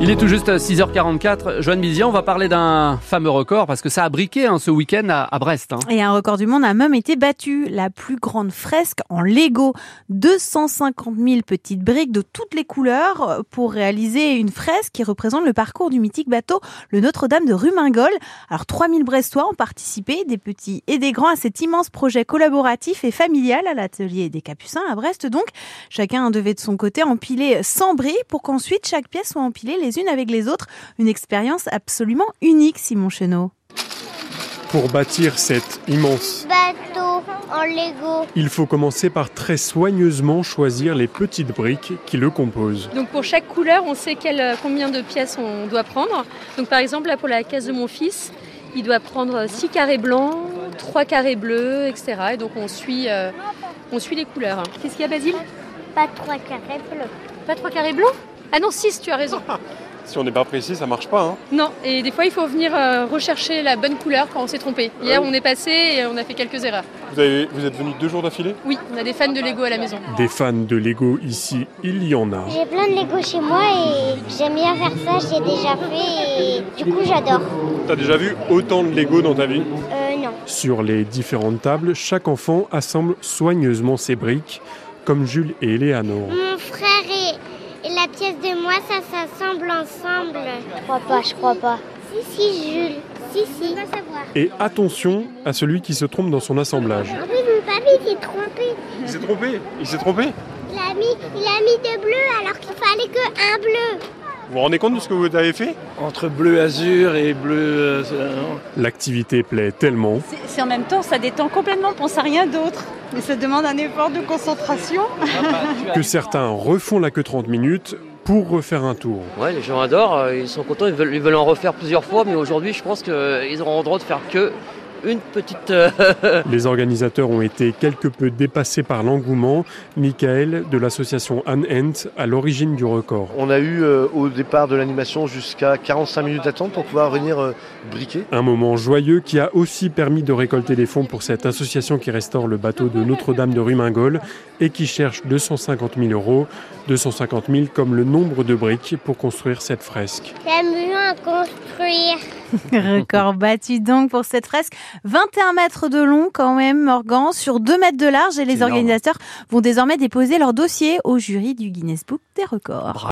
Il est tout juste 6h44. Joanne Bizian, on va parler d'un fameux record parce que ça a briqué hein, ce week-end à, à Brest. hein. Et un record du monde a même été battu. La plus grande fresque en Lego. 250 000 petites briques de toutes les couleurs pour réaliser une fresque qui représente le parcours du mythique bateau, le Notre-Dame de Rumingol. Alors 3000 Brestois ont participé, des petits et des grands, à cet immense projet collaboratif et familial à l'atelier des Capucins à Brest. Donc, chacun devait de son côté empiler 100 briques pour qu'ensuite chaque pièce soit empilée les unes avec les autres. Une expérience absolument unique, Simon Chenot. Pour bâtir cet immense, bateau en Lego. il faut commencer par très soigneusement choisir les petites briques qui le composent. Donc pour chaque couleur, on sait quelle- euh, combien de pièces on doit prendre. Donc par exemple, là pour la case de mon fils, il doit prendre 6 carrés blancs, 3 carrés bleus, etc. Et donc on suit, euh, on suit les couleurs. Qu'est-ce qu'il y a, Basile Pas trois carrés bleus. Pas 3 carrés blancs Ah non, 6, tu as raison. Si on n'est pas précis, ça marche pas. hein. Non, et des fois il faut venir euh, rechercher la bonne couleur quand on s'est trompé. Hier, on est passé et on a fait quelques erreurs. Vous, êtes venu deux jours d'affilée Oui, on a des fans de Lego à la maison. Des fans de Lego ici, il y en a. J'ai plein de Lego chez moi et j'aime bien faire ça, j'ai déjà fait et du coup j'adore. T'as déjà vu autant de Lego dans ta vie Euh non. Sur les différentes tables, chaque enfant assemble soigneusement ses briques, comme Jules et Eleanor. Mon frère et, et la pièce de moi, ça s'assemble ensemble. Je crois pas, je crois pas. Si, si, Jules. Si, si. On va savoir. Et attention à celui qui se trompe dans son assemblage. En plus, Ah mon papy s'est trompé. Il s'est trompé Il s'est trompé Il a mis, il a mis deux bleus alors qu'il fallait que un bleu. Vous vous rendez compte de ce que vous avez fait Entre bleu azur et bleu. euh, euh, L'activité plaît tellement C'est- C'est en même temps, ça détend complètement, pense à rien d'autre. Mais ça demande un effort de concentration. que certains refont la queue 30 minutes pour refaire un tour. Ouais, les gens adorent, euh, ils sont contents, ils veulent, ils veulent en refaire plusieurs fois, mais aujourd'hui, je pense qu'ils auront le droit de faire que une petite. euh, Les organisateurs ont été quelque peu dépassés par l'engouement. Michael de l'association Anne Hent à l'origine du record. On a eu euh, au départ de l'animation jusqu'à 45 minutes d'attente pour pouvoir venir euh, briquer. Un moment joyeux qui a aussi permis de récolter des fonds pour cette association qui restaure le bateau de Notre-Dame de Rumingol et qui cherche 250 000 euros, 250 000 comme le nombre de briques pour construire cette fresque. J'aime bien construire. Record battu donc pour cette fresque. 21 mètres de long quand même, Morgan, sur 2 mètres de large et les énorme. organisateurs vont désormais déposer leur dossier au jury du Guinness Book des records.